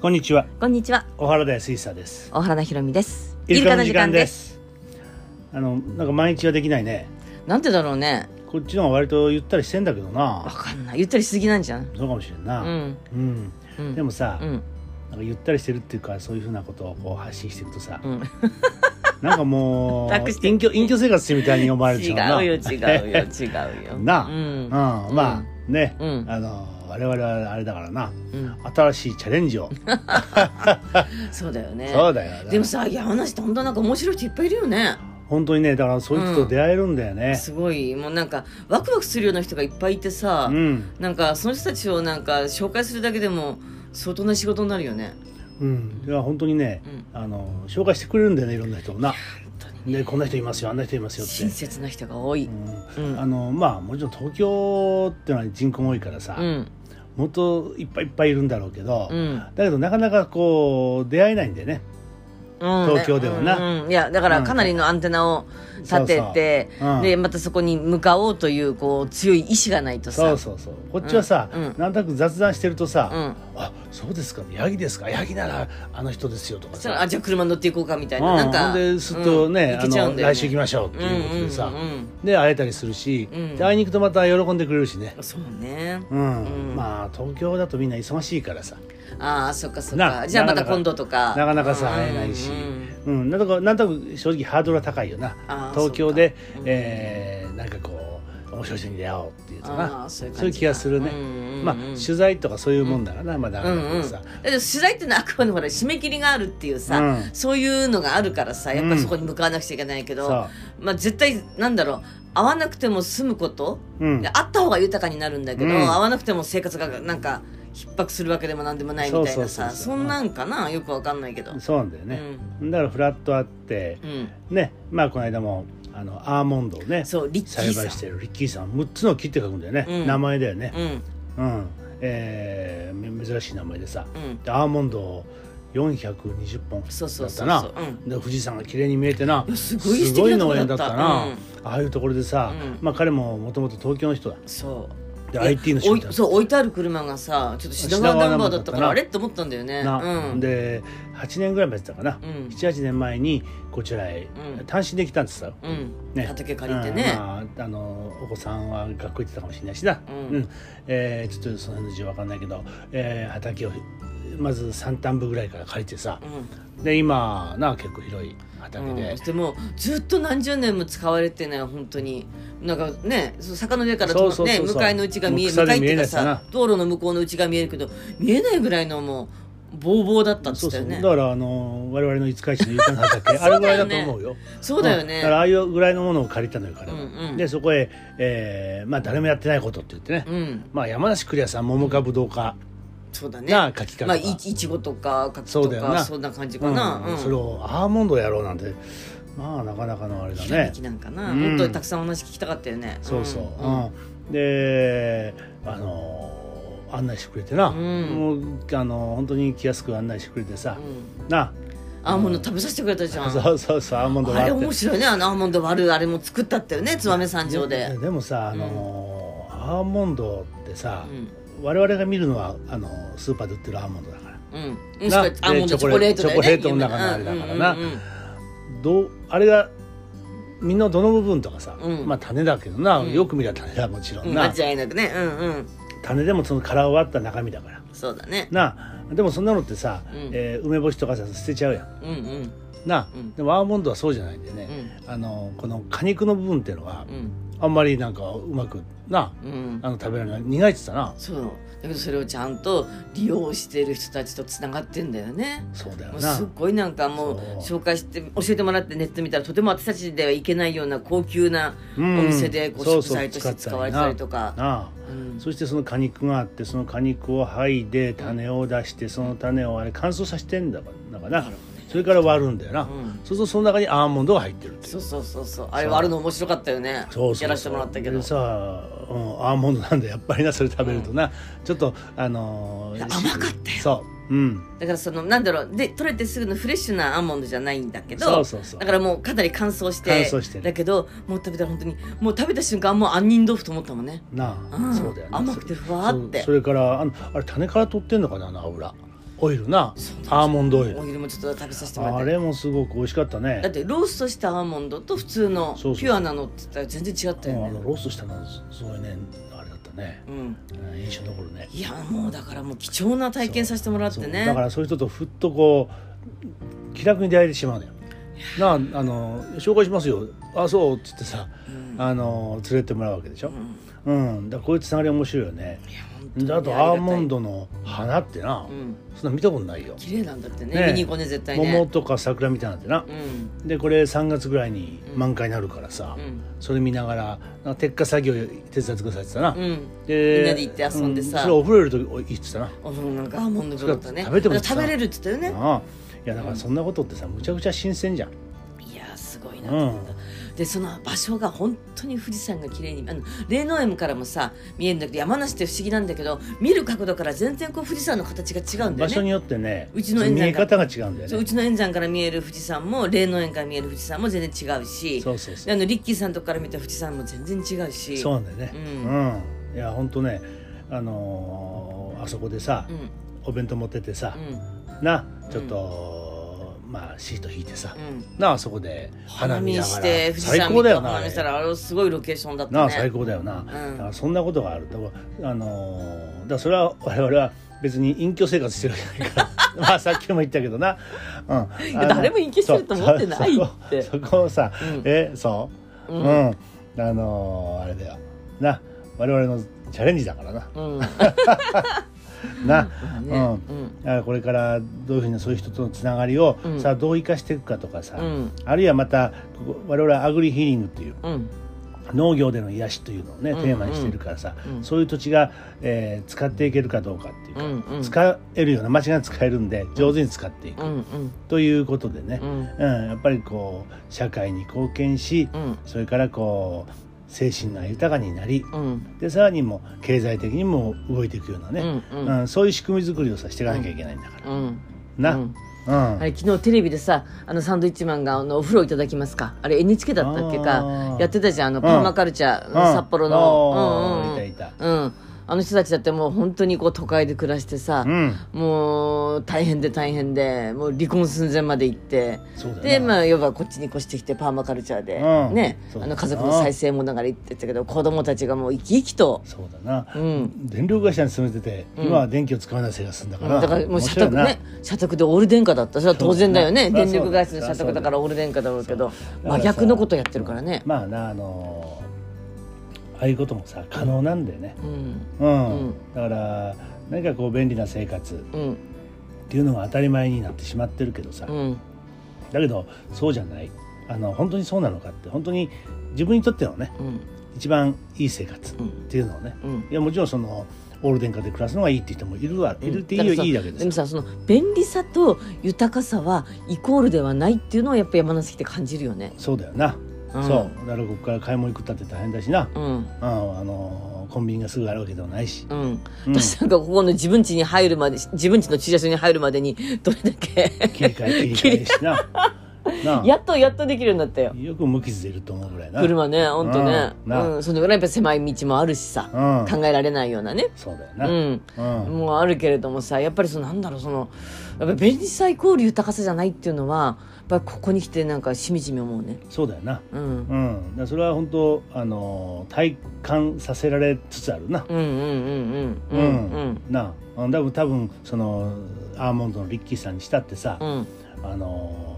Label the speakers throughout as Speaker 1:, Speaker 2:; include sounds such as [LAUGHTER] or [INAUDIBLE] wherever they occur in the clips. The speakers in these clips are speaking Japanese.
Speaker 1: こんにちは
Speaker 2: こんにちは、
Speaker 1: 小原田水さです
Speaker 2: 大原ひろみです。
Speaker 1: すあのなんか毎日はできないね
Speaker 2: なんてだろうね。
Speaker 1: こっちの方が割とゆったりしてんだけど
Speaker 2: わ
Speaker 1: な
Speaker 2: かんない。ゆったりしすぎなんじゃん。
Speaker 1: そうかもしれんな
Speaker 2: うん。
Speaker 1: うん、
Speaker 2: うん。
Speaker 1: でもさ、
Speaker 2: うん。
Speaker 1: なんかゆったりしてるっていうかそういうふうなことをこう発信していくとさ、
Speaker 2: うん。
Speaker 1: なんかもう
Speaker 2: 楽して
Speaker 1: 隠居隠居生活してるみたいに思われち
Speaker 2: 違
Speaker 1: ゃうな
Speaker 2: うよ、違う
Speaker 1: [LAUGHS]
Speaker 2: よ、違うよ。
Speaker 1: なあ
Speaker 2: うん。
Speaker 1: うん、まあね、
Speaker 2: うん
Speaker 1: あの我々はあれだからな
Speaker 2: うん。
Speaker 1: 新しいチャレンジを、
Speaker 2: そうだよね。
Speaker 1: そうだよ
Speaker 2: でもさ、いや、話どんどんなんか面白い人いっぱいいるよね。
Speaker 1: 本当にねだからそういう人と出会えるんだよね、
Speaker 2: すごい、もうなんか、ワクワクするような人がいっぱいいてさ
Speaker 1: う。ん
Speaker 2: なんか、その人たちをなんか、紹介するだけでも、相当な仕事になるよね。
Speaker 1: うん、いや本当にね、
Speaker 2: うん
Speaker 1: あの紹介してくれるんだよねいろんな人をな、
Speaker 2: 本当にね。
Speaker 1: ね、こんな人いますよあんな人いますよ
Speaker 2: 親
Speaker 1: っ
Speaker 2: 切な人が多い
Speaker 1: て、う。ん
Speaker 2: うん
Speaker 1: あのまあもちろん東京ってのは人口多いからさ、
Speaker 2: うん。
Speaker 1: もっといっぱいいっぱいいるんだろうけど、
Speaker 2: うん。
Speaker 1: だけどなかなかこう出会えないんだよね
Speaker 2: うん
Speaker 1: 東京ではな
Speaker 2: うんうんいやだからかなりのアンテナを立てて
Speaker 1: そうそううん
Speaker 2: でまたそこに向かおうというこう強い意志がないと
Speaker 1: そ
Speaker 2: さ
Speaker 1: うそうそうこっちはさ、
Speaker 2: うんうん
Speaker 1: なんとなく雑談してるとさ「
Speaker 2: うん
Speaker 1: あそうですかヤギですかヤギならあの人ですよ」とか
Speaker 2: そしたらあじゃあ車乗っていこうかみたいな、
Speaker 1: うん
Speaker 2: なんか
Speaker 1: ほんですっとね,、あ
Speaker 2: うん行けちゃう
Speaker 1: の
Speaker 2: んだよね
Speaker 1: 来週行きましょうっていうことでさ、
Speaker 2: うんうんうん
Speaker 1: で会えたりするし、
Speaker 2: うん
Speaker 1: で会いに行くとまた喜んでくれるしね
Speaker 2: うんそうね
Speaker 1: うん、
Speaker 2: うん
Speaker 1: まあ東京だとみんな忙しいからさ
Speaker 2: ああそっかそっ
Speaker 1: な
Speaker 2: かじゃあまた
Speaker 1: なかなか
Speaker 2: 今度とか
Speaker 1: なかなかさ
Speaker 2: うん
Speaker 1: 会えないし
Speaker 2: うん
Speaker 1: うんなんとかなんとなく正直ハードルは高いよ
Speaker 2: あ
Speaker 1: な
Speaker 2: ー
Speaker 1: 東京で、
Speaker 2: そうかうん
Speaker 1: えーなんかこう面白い人に出会おうっていうと
Speaker 2: あ
Speaker 1: な
Speaker 2: ー
Speaker 1: そ
Speaker 2: そ
Speaker 1: い
Speaker 2: うういうう感じ
Speaker 1: 気がするね、
Speaker 2: うんうんうん
Speaker 1: まあ取材とかそういうもんだからな、まあだ
Speaker 2: う
Speaker 1: か
Speaker 2: ん
Speaker 1: ら
Speaker 2: うん、だ
Speaker 1: さ、
Speaker 2: けど取材ってのはあくまでもほら締め切りがあるっていうさ、
Speaker 1: うん
Speaker 2: そういうのがあるからさやっぱりそこに向かわなくちゃいけないけど、
Speaker 1: そう
Speaker 2: まあ、絶対なんだろう会わなくても済むこと、
Speaker 1: うん
Speaker 2: で会った方が豊かになるんだけ
Speaker 1: うん
Speaker 2: ど、会わなくても生活がなんか逼迫するわけでもなんでもないみたいなさ
Speaker 1: そうそうそうそう
Speaker 2: そんなんかなよくわかんないけど。
Speaker 1: そうなんだよね、だからフラットあって
Speaker 2: う、ん
Speaker 1: ねまあこの間もあのアーモンドをね
Speaker 2: そうリッキーさ
Speaker 1: 栽
Speaker 2: ん
Speaker 1: 培してるリッキーさん6つの木って書くんだよね、
Speaker 2: うん
Speaker 1: 名前だよね
Speaker 2: うんうん
Speaker 1: うん、えーめ珍しい名前でさ、
Speaker 2: うん
Speaker 1: でアーモンドを420本だったな
Speaker 2: そうそうそうそうう
Speaker 1: で富士山が綺麗に見えてない
Speaker 2: やすごい素敵なと
Speaker 1: すごい農
Speaker 2: こだ
Speaker 1: 園
Speaker 2: った
Speaker 1: だったな、
Speaker 2: うん
Speaker 1: ああいうところでさ、
Speaker 2: うん
Speaker 1: まあ彼ももともと東京の人だ
Speaker 2: そう
Speaker 1: で
Speaker 2: いや
Speaker 1: IT の仕事
Speaker 2: お
Speaker 1: だ
Speaker 2: いそう置いてある車がさちょっと品川ナンバ
Speaker 1: 品川ナンバー
Speaker 2: ーだったか
Speaker 1: だったな
Speaker 2: らあれって思ったんだよね
Speaker 1: な、
Speaker 2: うん
Speaker 1: で8年ぐらい前だったかな、
Speaker 2: うん
Speaker 1: 78年前にこちらへ
Speaker 2: うん
Speaker 1: 単身できたんですよ、
Speaker 2: うん
Speaker 1: ね
Speaker 2: 畑借りてね
Speaker 1: うんまあ、あのお子さんは学校行ってたかもしれないしな、
Speaker 2: うん
Speaker 1: えーちょっとその辺の事情わかんないけど、えー畑をまず山端部ぐらいから借りてさ
Speaker 2: うん
Speaker 1: で今な結構広い畑で、
Speaker 2: うん、でもずっと何十年も使われてない本当になんかねその坂の上からと
Speaker 1: そうそうそう
Speaker 2: ね
Speaker 1: そう
Speaker 2: 向かいのうちが見え
Speaker 1: もう草
Speaker 2: 向
Speaker 1: で
Speaker 2: かいってい
Speaker 1: 見え
Speaker 2: うか
Speaker 1: ないし
Speaker 2: さ
Speaker 1: な
Speaker 2: 道路の向こうのうちが見えるけど見えないぐらいのもうボーボーだったっつ
Speaker 1: そ
Speaker 2: っ
Speaker 1: う
Speaker 2: た
Speaker 1: そ
Speaker 2: よ
Speaker 1: うだ
Speaker 2: ね
Speaker 1: からあの我々の五日市の床の
Speaker 2: [LAUGHS]
Speaker 1: 畑あれぐらいだと思うよ
Speaker 2: そうだよ
Speaker 1: ん
Speaker 2: ね
Speaker 1: だからああいうぐらいのものを借りたのよ彼は、
Speaker 2: うんうん
Speaker 1: でそこへ、えーまあ誰もやってないことって言ってね、
Speaker 2: うん
Speaker 1: まあ山梨クリアさん桃かぶどうか
Speaker 2: そうだね
Speaker 1: な柿かとか
Speaker 2: まあいいちごとか柿
Speaker 1: そう
Speaker 2: と
Speaker 1: だよ
Speaker 2: か
Speaker 1: な
Speaker 2: そんな感じかな、
Speaker 1: うん
Speaker 2: うん
Speaker 1: それをアーモンドをやろうなんてまあなかなかのあれだ
Speaker 2: ひらめ
Speaker 1: ね
Speaker 2: きなんかな、
Speaker 1: うん
Speaker 2: 本当にたくさんお話聞きたかったよね
Speaker 1: そうそう、
Speaker 2: ん
Speaker 1: うんであのー案内してくれてな、
Speaker 2: ん
Speaker 1: もうあのー本当に気安く案内してくれてさ、な
Speaker 2: アーモンド食べさせてくれたじゃん
Speaker 1: そうそうそうアーモンド
Speaker 2: あれ
Speaker 1: 割っ
Speaker 2: 面
Speaker 1: て
Speaker 2: 白いねあのアーモンド割るあれも作ったったよね燕三条で
Speaker 1: でもさ、あのーアーモンドってさ、
Speaker 2: うん
Speaker 1: 我々が見るのはあのースーパーで売ってるアーモンドだから
Speaker 2: うん、
Speaker 1: な
Speaker 2: あアーモ
Speaker 1: で
Speaker 2: ンドチョコレートだ
Speaker 1: チ
Speaker 2: よね
Speaker 1: ョコレートの中のあれだからな
Speaker 2: うんうんうん
Speaker 1: どうあれがみんなどの部分とかさ、
Speaker 2: うん
Speaker 1: まあ種だけどな、よく見りゃ種だもちろ
Speaker 2: うんん
Speaker 1: な、
Speaker 2: 間違いなくねうんうん
Speaker 1: 種でもその殻を割った中身だから
Speaker 2: そうだね
Speaker 1: なあでもそんなのってさ、
Speaker 2: うん
Speaker 1: えー梅干しとかさ捨てちゃうやん
Speaker 2: うんうん
Speaker 1: なあ、
Speaker 2: うん
Speaker 1: でもアーモンドはそうじゃないんでね、あのこの果肉の部分っていうのは
Speaker 2: うん
Speaker 1: あんまりなんかうまくな
Speaker 2: うん
Speaker 1: あの食べられない苦いってたな
Speaker 2: そうだけどそれをちゃんと利用してる人たちとつながってんだよね
Speaker 1: そうだよ
Speaker 2: もう
Speaker 1: な
Speaker 2: すっごいなんかもう
Speaker 1: そ
Speaker 2: 紹介して教えてもらってネット見たらとても私たちではいけないような高級なお店でこう
Speaker 1: そう
Speaker 2: 食
Speaker 1: そう
Speaker 2: 材として使われたりとか
Speaker 1: なあ
Speaker 2: うん
Speaker 1: そしてその果肉があってその果肉を剥いで種を出してその種をあれ乾燥させてんだからなんかなそれから割るんだよな、
Speaker 2: ん
Speaker 1: そうするとその中にアーモンドが入ってるっていう
Speaker 2: そうそうそうそうあれ割るの面白かったよね
Speaker 1: そうそうそう
Speaker 2: やらせてもらったけど
Speaker 1: でさ、うん、アーモンドなんでやっぱりなそれ食べるとな、ちょっとあのー
Speaker 2: いや甘かったよ
Speaker 1: そううん
Speaker 2: だからそのなんだろうで取れてすぐのフレッシュなアーモンドじゃないんだけど
Speaker 1: そうそうそう
Speaker 2: だからもうかなり乾燥して
Speaker 1: 乾燥してる
Speaker 2: だけどもう食べたら本当にもう食べた瞬間もう杏仁豆腐と思ったもんね
Speaker 1: なあ、
Speaker 2: うん
Speaker 1: そうだよね
Speaker 2: 甘くてふわって
Speaker 1: そそれからあのあれ種から取ってんのかなあの油オイルな
Speaker 2: そう
Speaker 1: アーモンドオイル
Speaker 2: オイルもちょっと食べさせてもらっ
Speaker 1: あ
Speaker 2: て
Speaker 1: れもすごく美味しかったね
Speaker 2: だってローストしたアーモンドと普通のピ
Speaker 1: そうそう
Speaker 2: ュアなのって言ったら全然違った
Speaker 1: うんあ
Speaker 2: よ
Speaker 1: の
Speaker 2: ね
Speaker 1: ローストしたのすすごいねあれだったね、
Speaker 2: うん
Speaker 1: うん印象に残るね
Speaker 2: いやもうだからもう貴重な体験させてもらって
Speaker 1: そう
Speaker 2: ね
Speaker 1: だからそういう人とふっとこう気楽に出会えてしまうのよなああの紹介しますよあそうっつってさ、あの連れてもらうわけでしょうん、だからこういうつながり面白いよねだとアーモン
Speaker 2: ド
Speaker 1: ドの花ってな、
Speaker 2: うん
Speaker 1: そんな見たことないよ、
Speaker 2: 綺麗なんだってね
Speaker 1: ね
Speaker 2: 見に行こうね絶対ね
Speaker 1: 桃とか桜みたいなんてな
Speaker 2: う、ん
Speaker 1: でこれ3月ぐらいに満開になるからさ、
Speaker 2: うん
Speaker 1: それ見ながらなんか撤下作業手伝ってくださいってたな、
Speaker 2: うん
Speaker 1: で
Speaker 2: みんなで行って遊んでさ
Speaker 1: うそれお風呂入れると言ってたな、
Speaker 2: おそうなんかアーモンドだったね
Speaker 1: 食べても
Speaker 2: だから食べれるって言ったよね
Speaker 1: ああいやだからそんなことってさむちゃくちゃ新鮮じゃん
Speaker 2: いやーすごいなと思った、でその場所が本当に富士山が綺麗にあの霊能園からもさ見えるんだけど山梨って不思議なんだけど見る角度から全然こう富士山の形が違うんだ
Speaker 1: 場
Speaker 2: よね
Speaker 1: 所によってね
Speaker 2: うちの園
Speaker 1: 見
Speaker 2: なん
Speaker 1: え
Speaker 2: か
Speaker 1: 方が違うんだ
Speaker 2: そ
Speaker 1: よ
Speaker 2: う
Speaker 1: ね
Speaker 2: うちの円山から見える富士山も霊能園から見える富士山も全然違うし
Speaker 1: そうそうそ
Speaker 2: であのリッキーさんとこから見た富士山も全然違う
Speaker 1: う
Speaker 2: し
Speaker 1: そうなんだよね
Speaker 2: う
Speaker 1: うん、いやほんとねあのーあそこでさ、
Speaker 2: うん
Speaker 1: お弁当持ってってさ、なちょっと、まあシート引いてさ、
Speaker 2: うんうん
Speaker 1: なあそこで花
Speaker 2: 花
Speaker 1: 見
Speaker 2: 見
Speaker 1: なが
Speaker 2: し
Speaker 1: ら
Speaker 2: て富士
Speaker 1: 最
Speaker 2: 山
Speaker 1: 高
Speaker 2: 見
Speaker 1: だ
Speaker 2: て
Speaker 1: よなあ
Speaker 2: 花見
Speaker 1: れ
Speaker 2: したらあれはすごいロケーションだったね
Speaker 1: なあ最高だよな、だからそんなことがあるだからあのーだからそれは我々は別に隠居生活してるわけじゃない
Speaker 2: [LAUGHS]
Speaker 1: からまあさっきも言ったけどな、うんあ
Speaker 2: や
Speaker 1: の
Speaker 2: 誰も隠居してると思ってない
Speaker 1: そう
Speaker 2: って
Speaker 1: そこそこをさ、
Speaker 2: うん
Speaker 1: えそううん、あのーあれだよな我々のチャレンジだからな
Speaker 2: うん
Speaker 1: な、
Speaker 2: ね
Speaker 1: うんだからこれからどういうふうにそういう人とのつながりを、
Speaker 2: うん
Speaker 1: さあどう生かしていくかとかさ、
Speaker 2: うん
Speaker 1: あるいはまたここ我々はアグリヒーリングっていう
Speaker 2: うん
Speaker 1: 農業での癒しというのをね
Speaker 2: うん
Speaker 1: テーマにしてるからさ、
Speaker 2: うん
Speaker 1: そういう土地が、えー使っていけるかどうかっていう
Speaker 2: う
Speaker 1: か、
Speaker 2: んうん
Speaker 1: 使えるような間違いなく使えるんで上手に使っていく、
Speaker 2: うんうん
Speaker 1: ということでね
Speaker 2: う、ん
Speaker 1: うん、やっぱりこう社会に貢献し、
Speaker 2: うん
Speaker 1: それからこう精神が豊かになり
Speaker 2: うん
Speaker 1: でさらにもう経済的にも動いていくようなね、
Speaker 2: う
Speaker 1: うんん
Speaker 2: うん
Speaker 1: そういう仕組み作りをさしていかなきゃいけないんだから、
Speaker 2: うん
Speaker 1: な、
Speaker 2: う
Speaker 1: うんん
Speaker 2: あれ昨日テレビでさあのサンドイッチマンがあのお風呂いただきますかあれ NHK だったっけ
Speaker 1: あ
Speaker 2: か
Speaker 1: ー
Speaker 2: やってたじゃんあの
Speaker 1: ん
Speaker 2: パーマカルチャー、
Speaker 1: うん
Speaker 2: 札幌の
Speaker 1: おー
Speaker 2: うんうん
Speaker 1: いたい
Speaker 2: うん、うん、あの人たちだってもう本当にこう都会で暮らしてさ、
Speaker 1: うん
Speaker 2: もう大変で大変でもう離婚寸前まで行って
Speaker 1: そうだよな
Speaker 2: でまあ要はこっちに越してきてパーマカルチャーで、
Speaker 1: うん
Speaker 2: ね
Speaker 1: そうだ
Speaker 2: あの
Speaker 1: な
Speaker 2: 家族の再生も流れってたけど子供たちがもう生き生きと。
Speaker 1: そうだな、
Speaker 2: うん
Speaker 1: 電力会社に勤めてて、今は電気を使わない生活なんだから、
Speaker 2: だからもう
Speaker 1: 面
Speaker 2: 社
Speaker 1: 白い
Speaker 2: 宅
Speaker 1: な
Speaker 2: ね社宅でオール電化だったそれは当然だよね
Speaker 1: そうだね
Speaker 2: 電力会社の
Speaker 1: ま
Speaker 2: 社
Speaker 1: あそうだ
Speaker 2: 宅だからオール電化だろうけど
Speaker 1: そう
Speaker 2: 真
Speaker 1: だからさ
Speaker 2: 逆のことやってるからね
Speaker 1: まあなあのーああいうこともさ可能なんだよね、
Speaker 2: うん
Speaker 1: うん
Speaker 2: うん
Speaker 1: だから何かこう便利な生活っ
Speaker 2: うん
Speaker 1: ていうのが当たり前になってしまってるけどさ、
Speaker 2: うん
Speaker 1: だけどそうじゃないあの本当にそうなのかって本当に自分にとってのね
Speaker 2: うん
Speaker 1: 一番いい生活っ
Speaker 2: うん
Speaker 1: ていうのをね、
Speaker 2: うん
Speaker 1: いやもちろんそのオール電化で暮らすのがいいって人もいるわ、いるっていいよ
Speaker 2: からさ
Speaker 1: いいだけで
Speaker 2: も
Speaker 1: す
Speaker 2: さその便利さと豊かさはイコールではないっていうのをやっぱ山梨来て感じるよね
Speaker 1: そうだよな、
Speaker 2: うん
Speaker 1: そうだからここから買い物行くったって大変だしな、
Speaker 2: うん
Speaker 1: うんあのーコンビニがすぐあるわけでもないし、
Speaker 2: うん、
Speaker 1: うん
Speaker 2: 私なんかここの自分家に入るまで自分家の駐車場に入るまでにどれだけ
Speaker 1: 切り替
Speaker 2: [LAUGHS]
Speaker 1: え切り替えしななあ
Speaker 2: やっとやっとできるようになったよ
Speaker 1: よく無傷でいると思うぐらいな
Speaker 2: 車ねほんとね、
Speaker 1: うんな
Speaker 2: うん、そのぐらいやっぱ狭い道もあるしさ、
Speaker 1: うん
Speaker 2: 考えられないようなね
Speaker 1: そうだよ
Speaker 2: う
Speaker 1: な、
Speaker 2: ん
Speaker 1: うん
Speaker 2: もうあるけれどもさやっぱりそのなんだろうそのやっぱ便利さイコール豊かさじゃないっていうのはやっぱりここに来てなんかしみじみ思うね
Speaker 1: そうだよな
Speaker 2: う
Speaker 1: うんんだからそれは本当あのー体感させられつつあるな
Speaker 2: うんうんうんうんうんうん
Speaker 1: なあうん多分多分そのアーモンドのリッキーさんにしたってさ、
Speaker 2: うん
Speaker 1: あの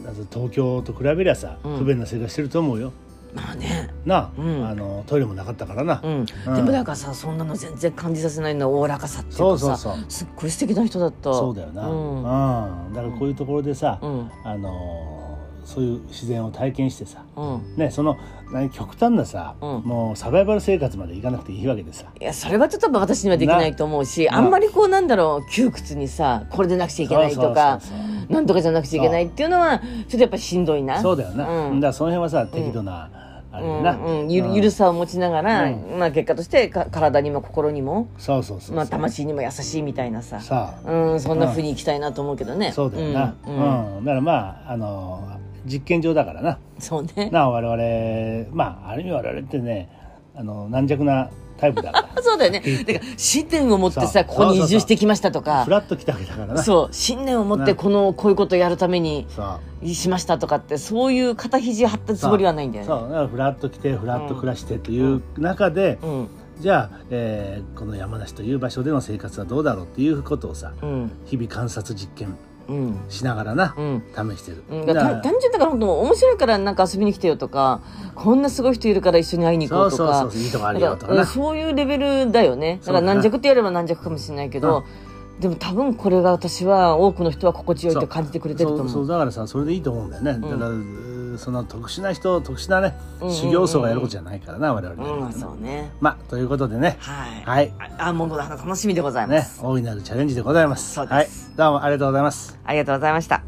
Speaker 1: ーなんせ東京と比べりゃさ
Speaker 2: うん
Speaker 1: 不便な生活してると思うよ、
Speaker 2: まあね
Speaker 1: なあ,、
Speaker 2: うん
Speaker 1: あのトイレもなかったからな、
Speaker 2: うんでもなんかさそんなの全然感じさせないのはおおらかさっていう
Speaker 1: そう
Speaker 2: か
Speaker 1: そう
Speaker 2: さ
Speaker 1: そう
Speaker 2: すっごい素敵な人だった
Speaker 1: そうだよな、う
Speaker 2: うん
Speaker 1: んだからこういうところでさ、
Speaker 2: うん
Speaker 1: あのーそういう自然を体験してさ、
Speaker 2: うん
Speaker 1: ね、その何極端なさ、
Speaker 2: うん
Speaker 1: もうサバイバル生活までいかなくていいわけでさ
Speaker 2: いやそれはちょっと私にはできないと思うし
Speaker 1: な
Speaker 2: あんまりこうなんだろう窮屈にさこれでなくちゃいけないとか
Speaker 1: そうそうそう
Speaker 2: なんとかじゃなくちゃいけないっていうのはちょっとやっぱしんどいな
Speaker 1: そうだよな、
Speaker 2: うん
Speaker 1: だからその辺はさ適度な、あれでな、
Speaker 2: うんうん、ゆるゆるさを持ちながら、
Speaker 1: う
Speaker 2: まあ、結果としてか体にも心にも、
Speaker 1: そうそうそうそう
Speaker 2: まあ、魂にも優しいみたいなさ
Speaker 1: さあ
Speaker 2: うん、そんなふうにいきたいなと思うけどね
Speaker 1: そうだよな、
Speaker 2: う
Speaker 1: うんん
Speaker 2: うん
Speaker 1: だからまああのー実験場だからな
Speaker 2: そうね
Speaker 1: なあ我々まあある意味我々ってねあの軟弱なタイプ
Speaker 2: [LAUGHS]
Speaker 1: だから
Speaker 2: [LAUGHS] そうだ
Speaker 1: [LAUGHS]
Speaker 2: よねだから信念を持って
Speaker 1: そ
Speaker 2: さ
Speaker 1: う
Speaker 2: ここに移住してきましたとか
Speaker 1: フラッと来たわけだからな
Speaker 2: そう信念を持って
Speaker 1: ね
Speaker 2: このこういうことをやるために
Speaker 1: そう
Speaker 2: しましたとかってそういう肩肘張ったつもりはないんだよ
Speaker 1: そう
Speaker 2: ね
Speaker 1: だからフラッと来てフラッと暮らしてという中で、
Speaker 2: うん
Speaker 1: じゃあ、えーこの山梨という場所での生活はどうだろうっていうことをさ
Speaker 2: うん
Speaker 1: 日々観察実験
Speaker 2: うん
Speaker 1: しながらな、
Speaker 2: うん
Speaker 1: 試してる、
Speaker 2: うん、
Speaker 1: だ
Speaker 2: だか
Speaker 1: から
Speaker 2: 単単純だから本当面白いからなんか遊びに来てよとかこんなすごい人いるから一緒に会いに行こ
Speaker 1: そうう
Speaker 2: と
Speaker 1: そうそう
Speaker 2: か
Speaker 1: そういいとこあ
Speaker 2: だ
Speaker 1: る
Speaker 2: か
Speaker 1: よ
Speaker 2: ら
Speaker 1: とか
Speaker 2: うん
Speaker 1: な
Speaker 2: そういうレベルだよねだ
Speaker 1: そう
Speaker 2: か
Speaker 1: だ
Speaker 2: ら
Speaker 1: な
Speaker 2: 軟弱ってやれば軟弱かもしれないけど、でも多分これが私は多くの人は心地よいって感じてくれてると思う
Speaker 1: そうそうだからさそれでいいと思うんだよね、だからうーその特殊な人特殊なね修行僧がやることじゃないからな我々
Speaker 2: う
Speaker 1: は
Speaker 2: ん
Speaker 1: ね
Speaker 2: そうね
Speaker 1: まあということでね
Speaker 2: はい、
Speaker 1: はい
Speaker 2: あアーモンドの花楽しみでございま
Speaker 1: ね
Speaker 2: す、
Speaker 1: 大いなるチャレンジでございます
Speaker 2: そうです
Speaker 1: はいどうもありがとうございます
Speaker 2: ありがとうございました